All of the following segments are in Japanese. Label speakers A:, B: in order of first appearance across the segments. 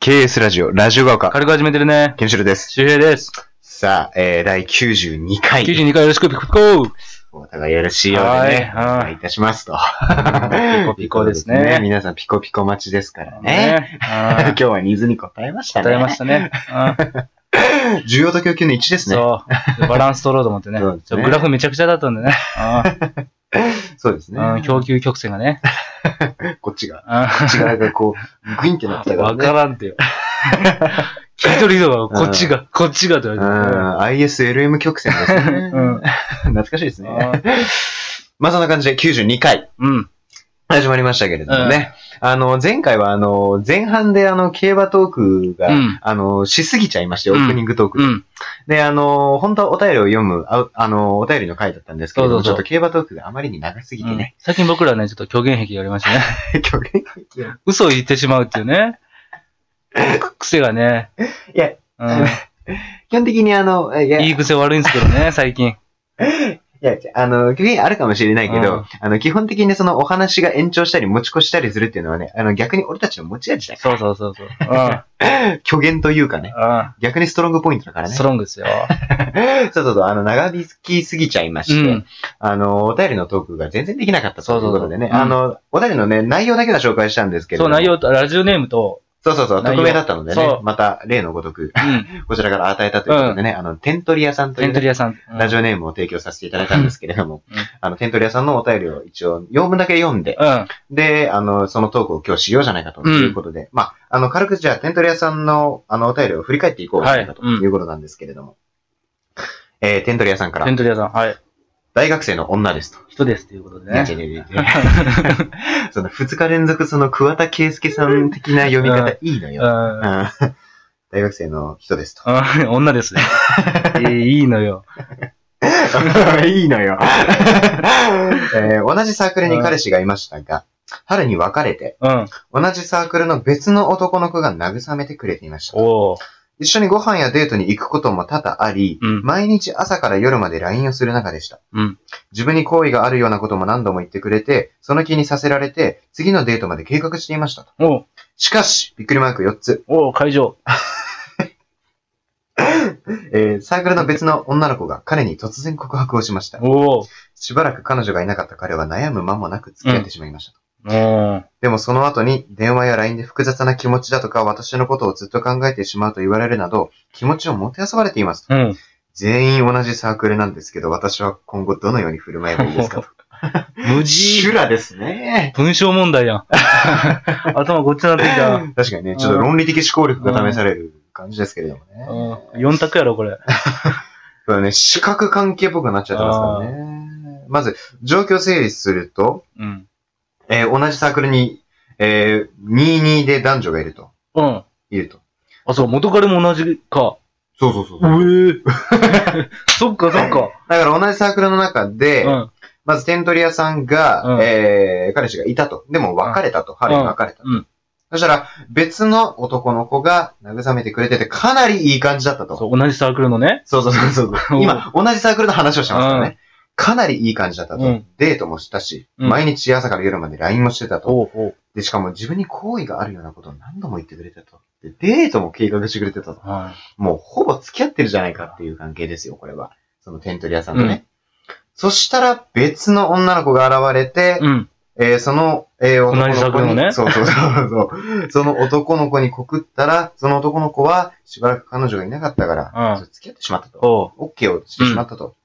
A: KS ラジオ、ラジオが丘、
B: 軽く始めてるね。
A: ケンシロウです。
B: 周平です。
A: さあ、えー、第92回。
B: 92回よろしく、ピコピコ
A: お互いよろしいようでね、お
B: はいはい
A: 願いいたしますと。
B: コ ピコですね
A: 皆さんピコピコ待ちですからね。 今
B: あ
A: 日はニーズに応えました
B: ー
A: ね。
B: 答えましたね。あー
A: 需要と供給の1ですね。
B: そう。バランス取ろうと思ってね。ち
A: そう
B: ょ
A: で
B: っ
A: す
B: と
A: ね
B: グラフめちゃくちゃだったんでね。あー
A: そうですね。
B: うん供給曲線がね。
A: こっちが。
B: あ ー
A: 力がこう、グインってなってたから
B: わ
A: ね。
B: からんって よ。聞いとる人が、こっちが、こっちがって言
A: う
B: わ
A: ん、ISLM 曲線です
B: れ
A: ね
B: て。。うん。
A: 懐かしいですね。
B: あー
A: まあそんな感じで92回。
B: うん。
A: 始まりましたけれどもね。あの、前回はあの、前半であの、競馬トークが、
B: うん
A: あの、しすぎちゃいまして、オ
B: うん
A: ープニングトーク。
B: うん。
A: で、あの、本当はお便りを読む、ああの、お便りの回だったんですけれども、
B: そうそうそう
A: ちょっと競馬トークがあまりに長すぎてね。
B: 最近僕らね、ちょっと虚言癖がありましてね。
A: 虚言癖を
B: 嘘を言ってしまうっていう ね。癖がね。
A: いや、
B: うん。
A: 基本的にあの、いや、
B: いい
A: い
B: 癖悪いんですけど ね、最近。
A: や、あの、虚言あるかもしれないけど、
B: うん
A: あの、基本的にそのお話が延長したり持ち越したりするっていうのはね、あの、逆に俺たちの持ち味だか
B: そうそうそうそう。うん。
A: ら。虚言というかね、
B: う
A: 逆にストロングポイントだから
B: ん。
A: ね。
B: ス
A: そ
B: ト
A: う
B: ロングですよ。
A: そうそう、あの、長引きすぎちゃいま
B: う
A: して、
B: ん。
A: あの、お便りのトークが全然できなかったということでね、
B: そうそうそう
A: あの、お便りのね、内容だけは紹介したんですけれ
B: そ
A: ど
B: う、
A: も、
B: 内容と、ラジオネームと、
A: そうそうそう、
B: 内容
A: 匿名だったので
B: そ
A: ね
B: う、
A: また例のごとく、
B: うん。
A: こちらから与えたということでね、あの、テントリアさんとい
B: テ
A: う
B: ント
A: ね、
B: リアさん。うん
A: ラジオネームを提供させていただいたんですけれども、
B: うん
A: あの、テントリアさんのお便りを一応、用文だけ読んで、
B: うん。
A: で、あの、そのトークを今日しようじゃないかということで、まあ、あの、軽くじゃあ、テントリアさんの、あの、お便りを振り返っていこうじゃないかと
B: はいうん
A: いうことなんですけれども、えー、テントリアさんか
B: テ
A: ら
B: ン、トリアさん。はい。
A: 大学生の女ですと。
B: 人ですということで
A: いや
B: ね。
A: いやいやいや その二日連続その桑田佳祐さん的な読み方いいの
B: う
A: よ。
B: ん。
A: うん大学生の人ですと。
B: うん女です ね。えーいいのよ。
A: いいのよ、 えー同じサークルに彼氏がいましたが、春に別れて、
B: うん。
A: 同じサークルの別の男の子が慰めてくれていました。
B: おー
A: 一緒にご飯やデートに行くことも多々あり、
B: うん。
A: 毎日朝から夜まで LINE をする中でした。
B: うん
A: 自分に好意があるようなことも何度も言ってくれて、その気にさせられて、次のデートまで計画していましたと。
B: おー
A: しかし、びっくりマーク4つ、
B: おー会場。
A: えーサークルの別の女の子が彼に突然告白をしました。
B: おー
A: しばらく彼女がいなかった彼は悩む間もなく付き合ってしまいました。
B: うん。
A: でもその後に電話や LINE で複雑な気持ちだとか私のことをずっと考えてしまうと言われるなど気持ちをもてあそばれています。
B: うん。
A: 全員同じサークルなんですけど私は今後どのように振る舞えばいいです かと。
B: 無事。
A: 修羅ですね。
B: 文章問題や ん。頭ごっちゃなってきた。
A: 確かにね、ちょっと論理的思考力が試される感じですけれどもね。
B: うん。4択やろ、これ。
A: これね、視覚関係っぽくなっちゃってますからね。まず、状況整理すると、
B: うん。
A: えー同じサークルに、えー、22で男女がいると。
B: うん。
A: いると。
B: あ、そう、元彼も同じか。
A: そうそうそう
B: ええ
A: そ
B: そ
A: う。
B: っか、そっか。
A: だから同じサークルの中で、
B: うん。
A: まずテントリアさんが、
B: うん
A: えー彼氏がいたと。でも別れたと。春に別れたと。
B: うん
A: そしたら、別の男の子が慰めてくれてて、かなりいい感じだったと。
B: そう、同じサークルのね。
A: そうそう そうそう。
B: うん
A: 今、同じサークルの話をしてますからね。かなりいい感じだったと。
B: うん
A: デートもしたし、
B: うん
A: 毎日朝から夜まで LINE もしてたと。
B: おうおう。
A: で、しかも自分に好意があるようなことを何度も言ってくれてたと。で、デートも計画してくれてたと。
B: は
A: もうほぼ付き合ってるじゃないかっていう関係ですよ、これは。そのテントリアさんとね。そしたら別の女の子が現れて、
B: い。うん。
A: えーその、えー、
B: 同
A: 男
B: じサ
A: の
B: ーク
A: 子
B: ル
A: に、
B: のね
A: そうそうそうそう。 その男の子に告ったら、その男の子はしばらく彼女がいなかったから、
B: う
A: 付き合ってしまったと。
B: おう。
A: オッケーをしてしまったと。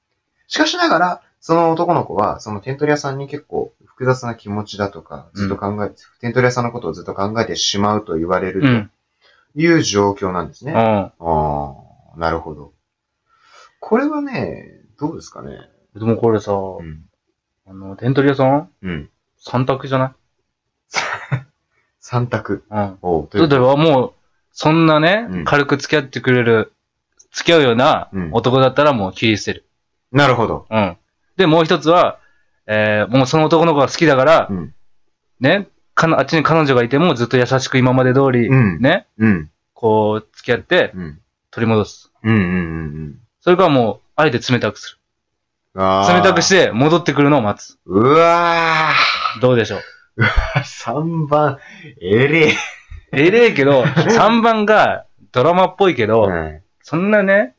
A: しかしながら、その男の子は、そのテントリアさんに結構複雑な気持ちだとか、ずっと考え、テントリアさんのことをずっと考えてしまうと言われ
B: う
A: る
B: ん。
A: という状況なんです
B: う
A: ね。あ
B: ん。
A: あ、なるほど。これはね、どうですかね。
B: でもこれさ、
A: うん。
B: あの、テントリアさん
A: うん。
B: 三択じゃない
A: 三択。
B: うん。
A: おうとい
B: 例え
A: う
B: ばもう、そんなね、
A: うん
B: 軽く付き合ってくれる、付き合うような
A: うん
B: 男だったらもう切り捨てる。
A: なるほど。
B: うん。で、もう一つは、えー、もうその男の子が好きだから、
A: うん
B: ね、かな、あっちに彼女がいてもずっと優しく今まで通り、
A: うん
B: ね、
A: うん。
B: こう、付き合って
A: うん。
B: 取り戻す。
A: うん。うん。
B: それかもう、あえて冷たくする。
A: うん。あー
B: 冷たくし。て戻ってくるのを待つ。
A: うわ
B: どうでしょう
A: ー。3番、えれえ。
B: えれえけ ど、3番がドラマっぽいけど、
A: はい
B: そんなね、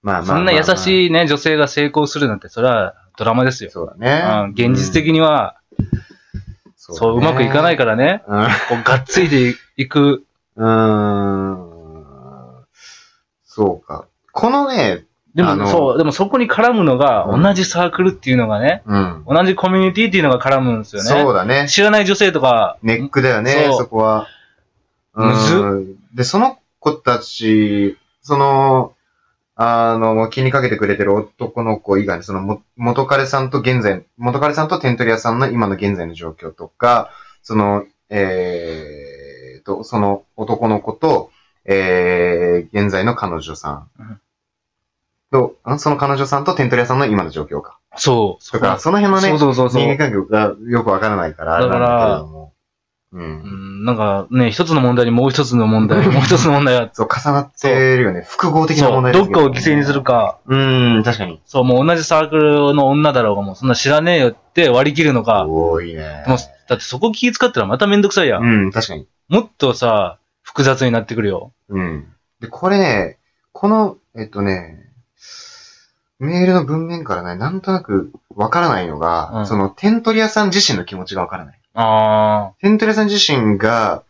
A: まあまあまあまあ。
B: そんな優
A: い。
B: しいね、女性が成功するなんて、それはドラマですよ。
A: そう
B: う
A: だね
B: ん。現実的には、
A: うん、
B: そう、うまくいかないからね、
A: ら。
B: こう、が っついていく。
A: うん。うーん。そうか。このね、
B: で
A: あの
B: も、そう、でもそこに絡むのが、
A: うん
B: 同じサークルっていうのがね、
A: うん。
B: 同じコミュニティっていうのが絡むんですよ
A: そ
B: ね。
A: うだね。
B: 知らない女性とか、
A: ネックだよね、
B: そう
A: そこは。
B: むず
A: うん。で、その子たち、その、あの、気にかけてくれてる男の子以外に、そのも、元彼さんと現在、元彼さんとテントリアさんの今の現在の状況とか、その、えーと、その男の子と、えー、現在の彼女さ
B: うんん
A: と、あその彼女さんとテントリアさんの今の状況か。
B: そう、そ
A: と
B: う
A: か、その辺のね、
B: そうそうそうそう
A: 人間関係がよくわからないから、あれなんだけれども。う。
B: うんんなんかね、一つの問題にもう一つの問 題、もう一つの問題があって、
A: そう、重なってるよね。複合的な問
B: そう
A: 題
B: どっかを犠牲にする。か、
A: うん、確かに。
B: そう、もう同じサークルの女だろうが、もうそんな知らねえよって割り切るのか、
A: 多いね。
B: もうだってそこ気遣ったらまためんどくさいやん。
A: うん、確かに。
B: もっとさ、複雑になってくるよ。
A: うん。で、これね、この、えっとね、メールの文面からね、なんとなくわからないのが、
B: うん
A: その、テントリアさん自身の気持ちがわからない。
B: あ
A: テントリアさん自身が、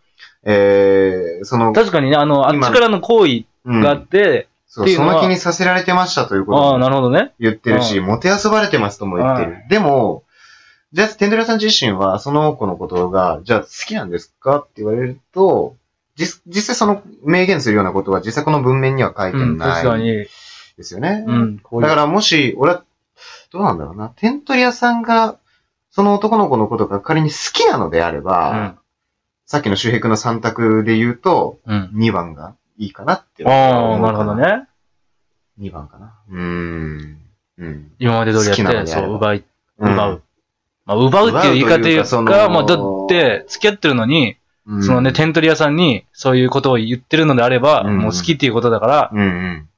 A: えー、その
B: あ。、確かにね、あの、あっ
A: 今
B: ちからの行為
A: うん
B: があって、
A: そ
B: っ
A: う、
B: ていう
A: そ
B: のは
A: の気にさせられてましたということ
B: あ
A: を
B: あ、なるほどね。
A: 言ってるし、もてあそばれてますとも言ってる。でも、じゃあ、テンドラさん自身は、その子のことが、じゃあ好きなんですかって言われると、実実際その明言するようなことは実際この文面には書いて
B: うん、確か
A: ない
B: に。
A: ですよね。
B: うん、こうい
A: だか
B: う。
A: らもし、俺は、どうなんだろうな。テントリアさんが、その男の子のことが仮に好きなのであれば、さっきの周平君の3択で言うと、
B: うん。うん。
A: 2番がいいかなって。
B: ああ、なるほど。ね。
A: 2番かな。うーん。うん。
B: 今まで通り
A: 好きな
B: や
A: の
B: って、
A: であ
B: そ
A: れば
B: う、奪い、
A: うん
B: 奪う。。まあ、奪うっていう言い方
A: 奪うという
B: が
A: かその
B: まあ、だって、付き合ってるのに、
A: うん
B: そのね、テントリアさんにそういうことを言ってるのであれば、
A: うん
B: もう好きっていうことだから、
A: うんうん。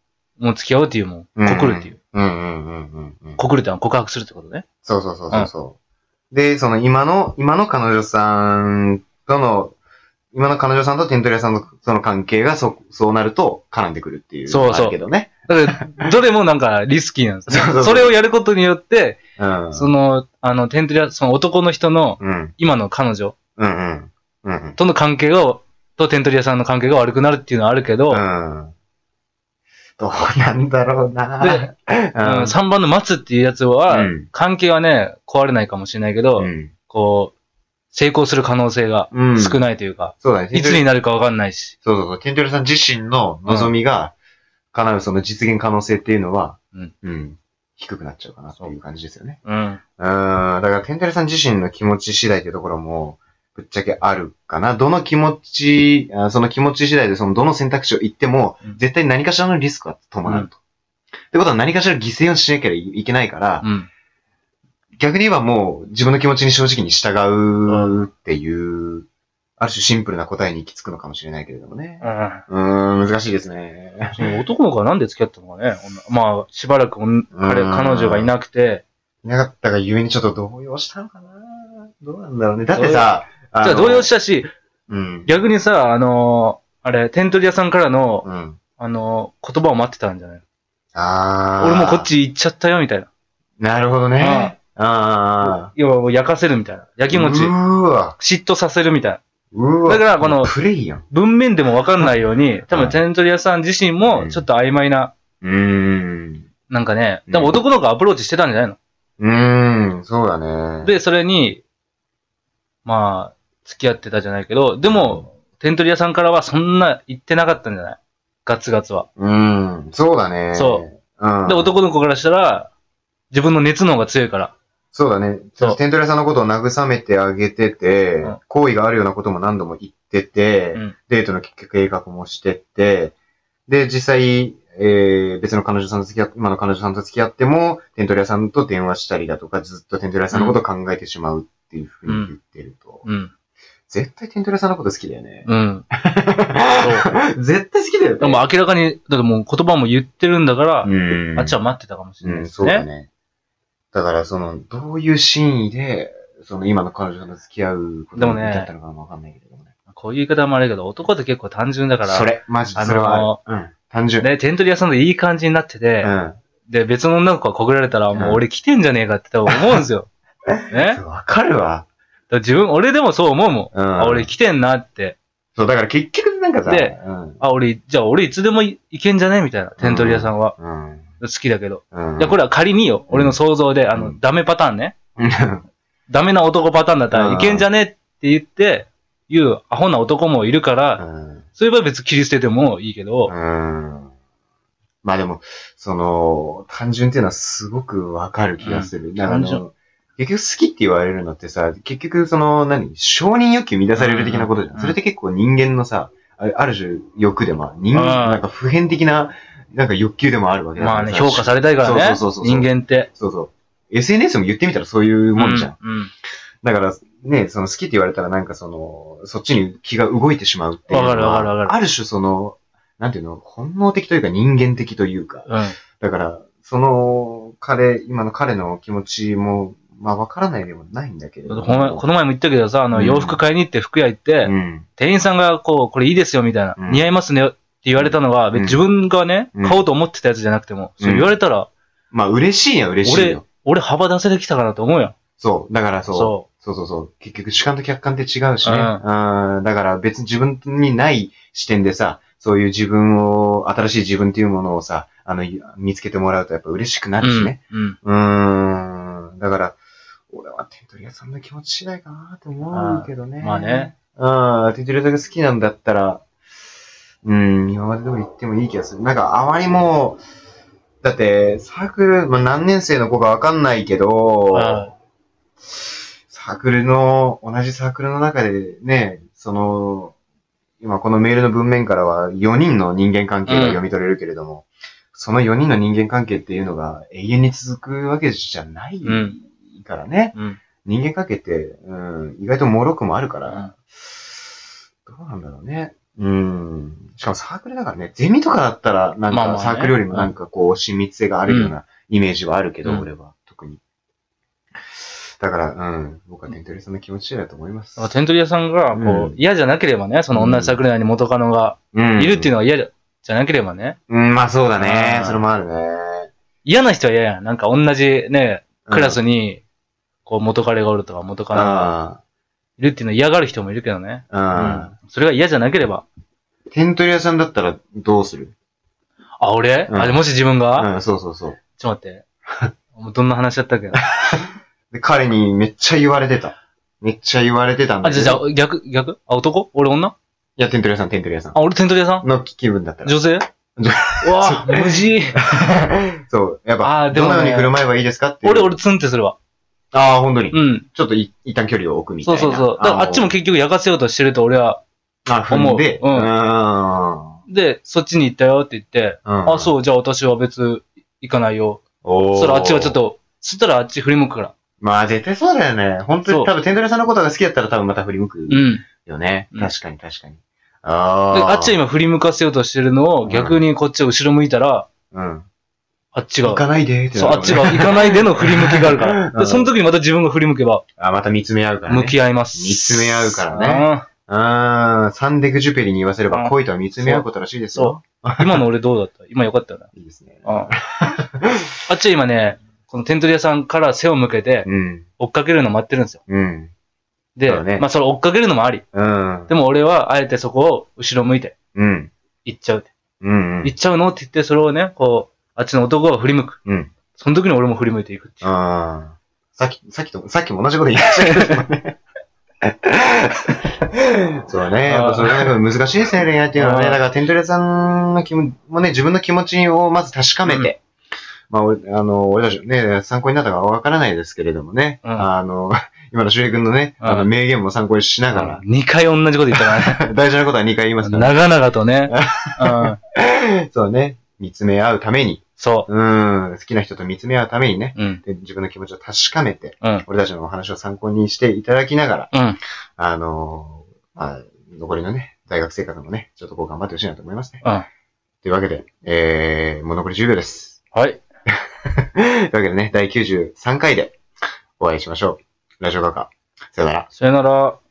B: もう付き合うっていう、もう、告るっていう。。
A: うんうんうんうんうん。
B: 告るってのは告白するってことね。
A: そうそうそうそうそう。で、その今の、今の彼女さんとの、今の彼女さんとテントリアさんのその関係がそ、そうなると絡んでくるっていう。
B: そうそう
A: あるけどね。
B: だから、どれもなんかリスキーなんですね。
A: そうそう
B: そ
A: そう
B: れをやることによって、
A: うん。
B: その、あの、テントリア、その男の人の、
A: うん。
B: 今の彼女
A: うんうん。うんうん。
B: との関係が、とテントリアさんの関係が悪くなるっていうのはあるけど、
A: う
B: で、
A: ん。どうなんだろうな
B: うん
A: うん
B: 3番の松っていうやつは、
A: うん
B: 関係はね、壊れないかもしれないけど、
A: うん
B: こう、成功する可能性が
A: うん。
B: 少
A: い。
B: ないというか、
A: そうだね。
B: いつになるかわかんないし、
A: そうそうそう。テントリアさん自身の望みが叶うその実現可能性っていうのは、
B: うん
A: うん低くなっちゃうかなっていう感じですよね。
B: うん。
A: うーん、だから、テンテレさん自身の気持ち次第というところも、ぶっちゃけあるかな。どの気持ち、あその気持ち次第で、そのどの選択肢を言っても
B: うん、
A: 絶対何かしらのリスクは伴うと。ってことは何かしら犠牲をしなければいけないから
B: う、ん。
A: 逆に言えばもう自分の気持ちに正直に従うっていう、ある種シンプルな答えに行き着くのかもしれないけれどもね
B: う。ん。
A: うーん、難しいですね。
B: その男の子はなんで付き合ったのかね。女まあ、しばらく女彼
A: うん
B: 彼女がいなくて、
A: いなかったがゆえにちょっと動揺したのかなどうなんだろうね。だってさ、
B: じゃあ動揺し
A: し、
B: たし、
A: うん。
B: 逆にさ、あのーあれ、テントリアさんからの、
A: うん。
B: あのー言葉を待ってたんじゃない
A: ああ。
B: 俺もうこっ。ち行っちゃったよ、みたい
A: なるほどね。ああ
B: な。。要はもう焼かせるみたいな。焼きもち
A: う、ーわ。
B: 嫉妬させるみたいな。
A: うーわ。
B: だからこの
A: プレイやん。
B: 文面でもわかんないように、多
A: う
B: 分
A: ん
B: テントリアさん自身
A: うん
B: も、ちょっと曖昧な、
A: うーん。
B: なんかね、
A: うん
B: 多分男の子アプローチしてたんじゃないの
A: うーん、そうだね。、
B: で、それに、まあ、付き合ってたじゃないけど、でも、テントリアさんからはそんな言ってなかったんじゃないガツガツは。
A: うーん、そうだね。。
B: そう
A: うん。
B: で、。男の子からしたら、自分の熱の方が強いから。
A: そうだね。
B: そう
A: テントレさんのことを慰めてあげてて
B: うん、
A: 好意があるようなことも何度も言ってて
B: うん、
A: デートの計画もしてて、で、実際、えー、別の彼女さんと付き合っ今の彼女さんと付き合っても、テントレさんと電話したりだとか、ずっとテントレさんのことを考えてしまうっていうふうに言ってると。
B: うん。
A: 絶対テントレさんのこと好きだよね。
B: うん。
A: 絶対好きだよね。
B: でも明らかに、だってもう言葉も言ってるんだから、
A: うん、
B: あっちは待ってたかもしれ
A: う
B: ないで
A: ん、
B: す
A: そうだ
B: ね。
A: ね。だから、その、どういう真意で、その、今の彼女と付き合うこと
B: でも
A: に
B: ね
A: 至ったのかもわかんないけれどもね。
B: 言こういう言い方もあれだけど、男って結構単純だから、
A: それ、マジで
B: あのー
A: それはある。うん。単純。
B: ね、テントリ屋さんでいい感じになってて、
A: うん。
B: で、別の女の子が告られたら、もう
A: うん
B: 俺来てんじゃねえかって多分思うん ですよ。ね。
A: わかる
B: だ
A: わ。
B: から自分、俺でもそう思うもん。
A: うん。
B: あ、俺来てんなって。
A: そう、だから結局なんかさ、
B: で
A: うん。
B: あ、俺、じゃあ俺いつでもいけんじゃねみたいな。テントリ屋さんは。
A: うん。
B: 好きだけど。
A: うん。
B: いや、これは仮によ。俺の想像で、あ
A: う
B: の、
A: ん
B: ダメパターンね。
A: うん、
B: ダメな男パターンだった
A: う
B: ら
A: ん
B: いけんじゃねって言って、いうアホな男もいるから、
A: うん。
B: そういえば別に切り捨ててもいいけど、
A: うん。まあでも、その、単純っていうのはすごくわかる気がする。なんかあ
B: 単
A: の、結局好きって言われるのってさ、結局その、何承認欲求満たされる的なことじゃ
B: うんう
A: ん。
B: ん
A: それって結構人間のさ、あある種欲でもある、人
B: うん
A: 間、なんか普遍的な、なんか欲求でもあるわけだ
B: まあね、
A: さ
B: 評価されたいからね
A: そうそうそうそ。う
B: 人間って。
A: そうそう。SNS も言ってみたらそういうもんじゃん。
B: うん。うん
A: だから、ね、その好きって言われたらなんかその、そっちに気が動いてしまうっていうの
B: わ
A: は。
B: かるわかるわかる
A: ある種その、なんていうの、本能的というか人間的というか。
B: うん。
A: だから、その、彼、今の彼の気持ちも、まあわからないでもないんだけれども。
B: ほんまこの前も言ったけどさ、あ
A: う
B: の、
A: ん
B: 洋服買いに行って服屋行って、
A: うん。
B: 店員さんがこう、これいいですよみたいな、
A: うん
B: 似合いますねって言われたのは、
A: ん
B: 別に自分がね、
A: うん
B: 買おうと思ってたやつじゃなくても、
A: うん
B: そう言われたら、
A: まあ嬉しいや嬉しい
B: 俺
A: よ。、
B: 俺幅出せてきたかなと思うよ。
A: そう。だからそう。そ
B: そ
A: うそうそう結局主観と客観って違うし
B: う
A: ね。うんん。だから別に自分にない視点でさ、そういう自分を、新しい自分っていうものをさ、あの、見つけてもらうとやっぱ嬉しくな
B: う。
A: るしね。
B: うん。
A: うーん。だから、俺はテントリアさんの気持ち次第かなって思うけどね。
B: あーまあね。
A: うん、テントリアさんが好きなんだったら、うん、今まで通り言ってもいい気がする。なんか、あまりもう、だって、サークル、まあ、何年生の子かわかんないけど、
B: あ
A: サークルの、同じサークルの中でね、その、今このメールの文面からは4人の人間関係が読み取れるけれども、その4人の人間関係っていうのが永遠に続くわけじゃない
B: うん
A: からね。
B: うん。
A: 人間関係って、うん、意外と脆くもあるか
B: う
A: ら、
B: ん
A: どうなんだろうね。うん。しかもサークルだからね、ゼミとかだったら、なん
B: まあまあね
A: かサークルよりもなんかこう、親密性があるようなイメージはあるけど、
B: うん
A: 俺は、特に。だから、うん、僕はテントリーさんの気持ち次第だと思います。
B: テントリアさんが、こ
A: う
B: う、
A: ん
B: 嫌じゃなければね、その女桜内に元カノがいるっていう
A: の
B: のは嫌じゃじゃなければね、
A: うん、まあそうだ
B: う
A: ね
B: ん。
A: それもあるね。
B: 嫌な人は嫌やん。なんか同じね、クラス
A: に、
B: に、こう、元彼がおるとか元カノが
A: あ
B: いるっていうのは嫌がる人もいるけどね。う
A: あ、
B: ん。それが嫌じゃなければ。
A: うん。テントリーさんだったらどうする
B: あ、俺
A: うん
B: あれ、もし自分が
A: うん、そうそうそう。
B: ちょっと待って。もうどんな話だったっけな
A: で、彼にめっちゃ言われてた。めっちゃ言われてたん
B: あ、
A: だけ
B: じゃ
A: ど。
B: あ、じゃあ、逆、逆あ、男俺女
A: いや、テントリーさん、テントリーさん
B: あ、。俺テントリ屋さん
A: の気分だったら。
B: 女性
A: 女
B: うわ無事
A: そう、やっ
B: あ
A: ぱ、
B: ーで
A: ど
B: もね
A: のように振る舞えばいいですかっていう。
B: 俺、俺ツンってするわ。
A: ああ、本当に。
B: うん。
A: ちょっとい一旦距離を置くみたい
B: そう
A: な。
B: そうそう。だからあっちも結局焼かせようとしてると俺は、
A: あー、踏んで、
B: 思ううん
A: ん。
B: で、そっちに行ったよって言って、あ、
A: う
B: そう、じゃあ私は別行かないよ。
A: ん。
B: そ
A: そ
B: したらあっちはちょっ。と、そしたらあっち振り向くから。
A: まあ、絶対そうだよね。本当
B: そう
A: に、多分、テンドレさんのことが好きだったら多分また振り向く
B: うん。で、
A: よね。
B: うん
A: 確かに、確かに。ああ。
B: あっちは今振り向かせようとしてるのを逆にこっちを後ろ向いたら、
A: うん。
B: あっち
A: 行
B: が、
A: かないでって
B: そう、
A: な
B: あ
A: る
B: っ
A: もんね
B: ちが行かないでの振り向きがあるから。
A: う
B: で、
A: ん
B: その時にまた自分が振り向けば、
A: あ、また見つめ合うからね。
B: 向き合います。
A: 見つめ合うからねああ、サンデグジュペリに言わせれ
B: うん
A: ば恋とは見つめ合うことらしいですよ。
B: うん。今の俺どうだった今よかったよね。
A: いいですね。
B: うんあっちは今ね、このテントリ屋さんから背を向けて
A: うん。
B: 追っかけるの待ってるんですよ。
A: うん。
B: で、
A: そうだね
B: まあそれ追っかけるのもあり。
A: うん。
B: でも俺はあえてそこを後ろ向いて
A: うん。
B: 行っちゃうって。
A: うん。うん
B: 行っちゃうのって言ってそれをね、こう、あっちの男が振り向く。
A: うん
B: その時に俺も振り向いていくっていう。
A: ああ。さっき、さっきと、さっきも同じこと言いましたけど ね。そうね。やっぱそれがなんか難しいですね、恋愛っていうのは
B: う
A: ね。
B: ん
A: だから、テントレさんの気も、もね、自分の気持ちをまず確かめて。まあ、俺、あの、俺たちね、参考になったかわからないですけれどもね。
B: うん
A: あの、 今の周平君のね、
B: うん
A: あの、名言も参考にしなが
B: 2回同じこと言った から
A: ら、大事なことは2回言います
B: ね。
A: から。
B: 長々と ね。うん。
A: そうね。見つめ合うために、
B: そ
A: うん、好きな人と見つめ合うためにね、
B: う。うん。
A: で自分の気持ちを確かめて、
B: うん。
A: 俺たちのお話を参考にしていただきながら、
B: うん。
A: あのーまあ、残りのね、大学生活もね、ちょっとこう頑張ってほしいなと思いますね。
B: うん。
A: というわけで、えー、もう残り10秒です。
B: はい。
A: というわけでね、第93回でお会いしましょう。ラジオカカ。さよなら。
B: さよなら。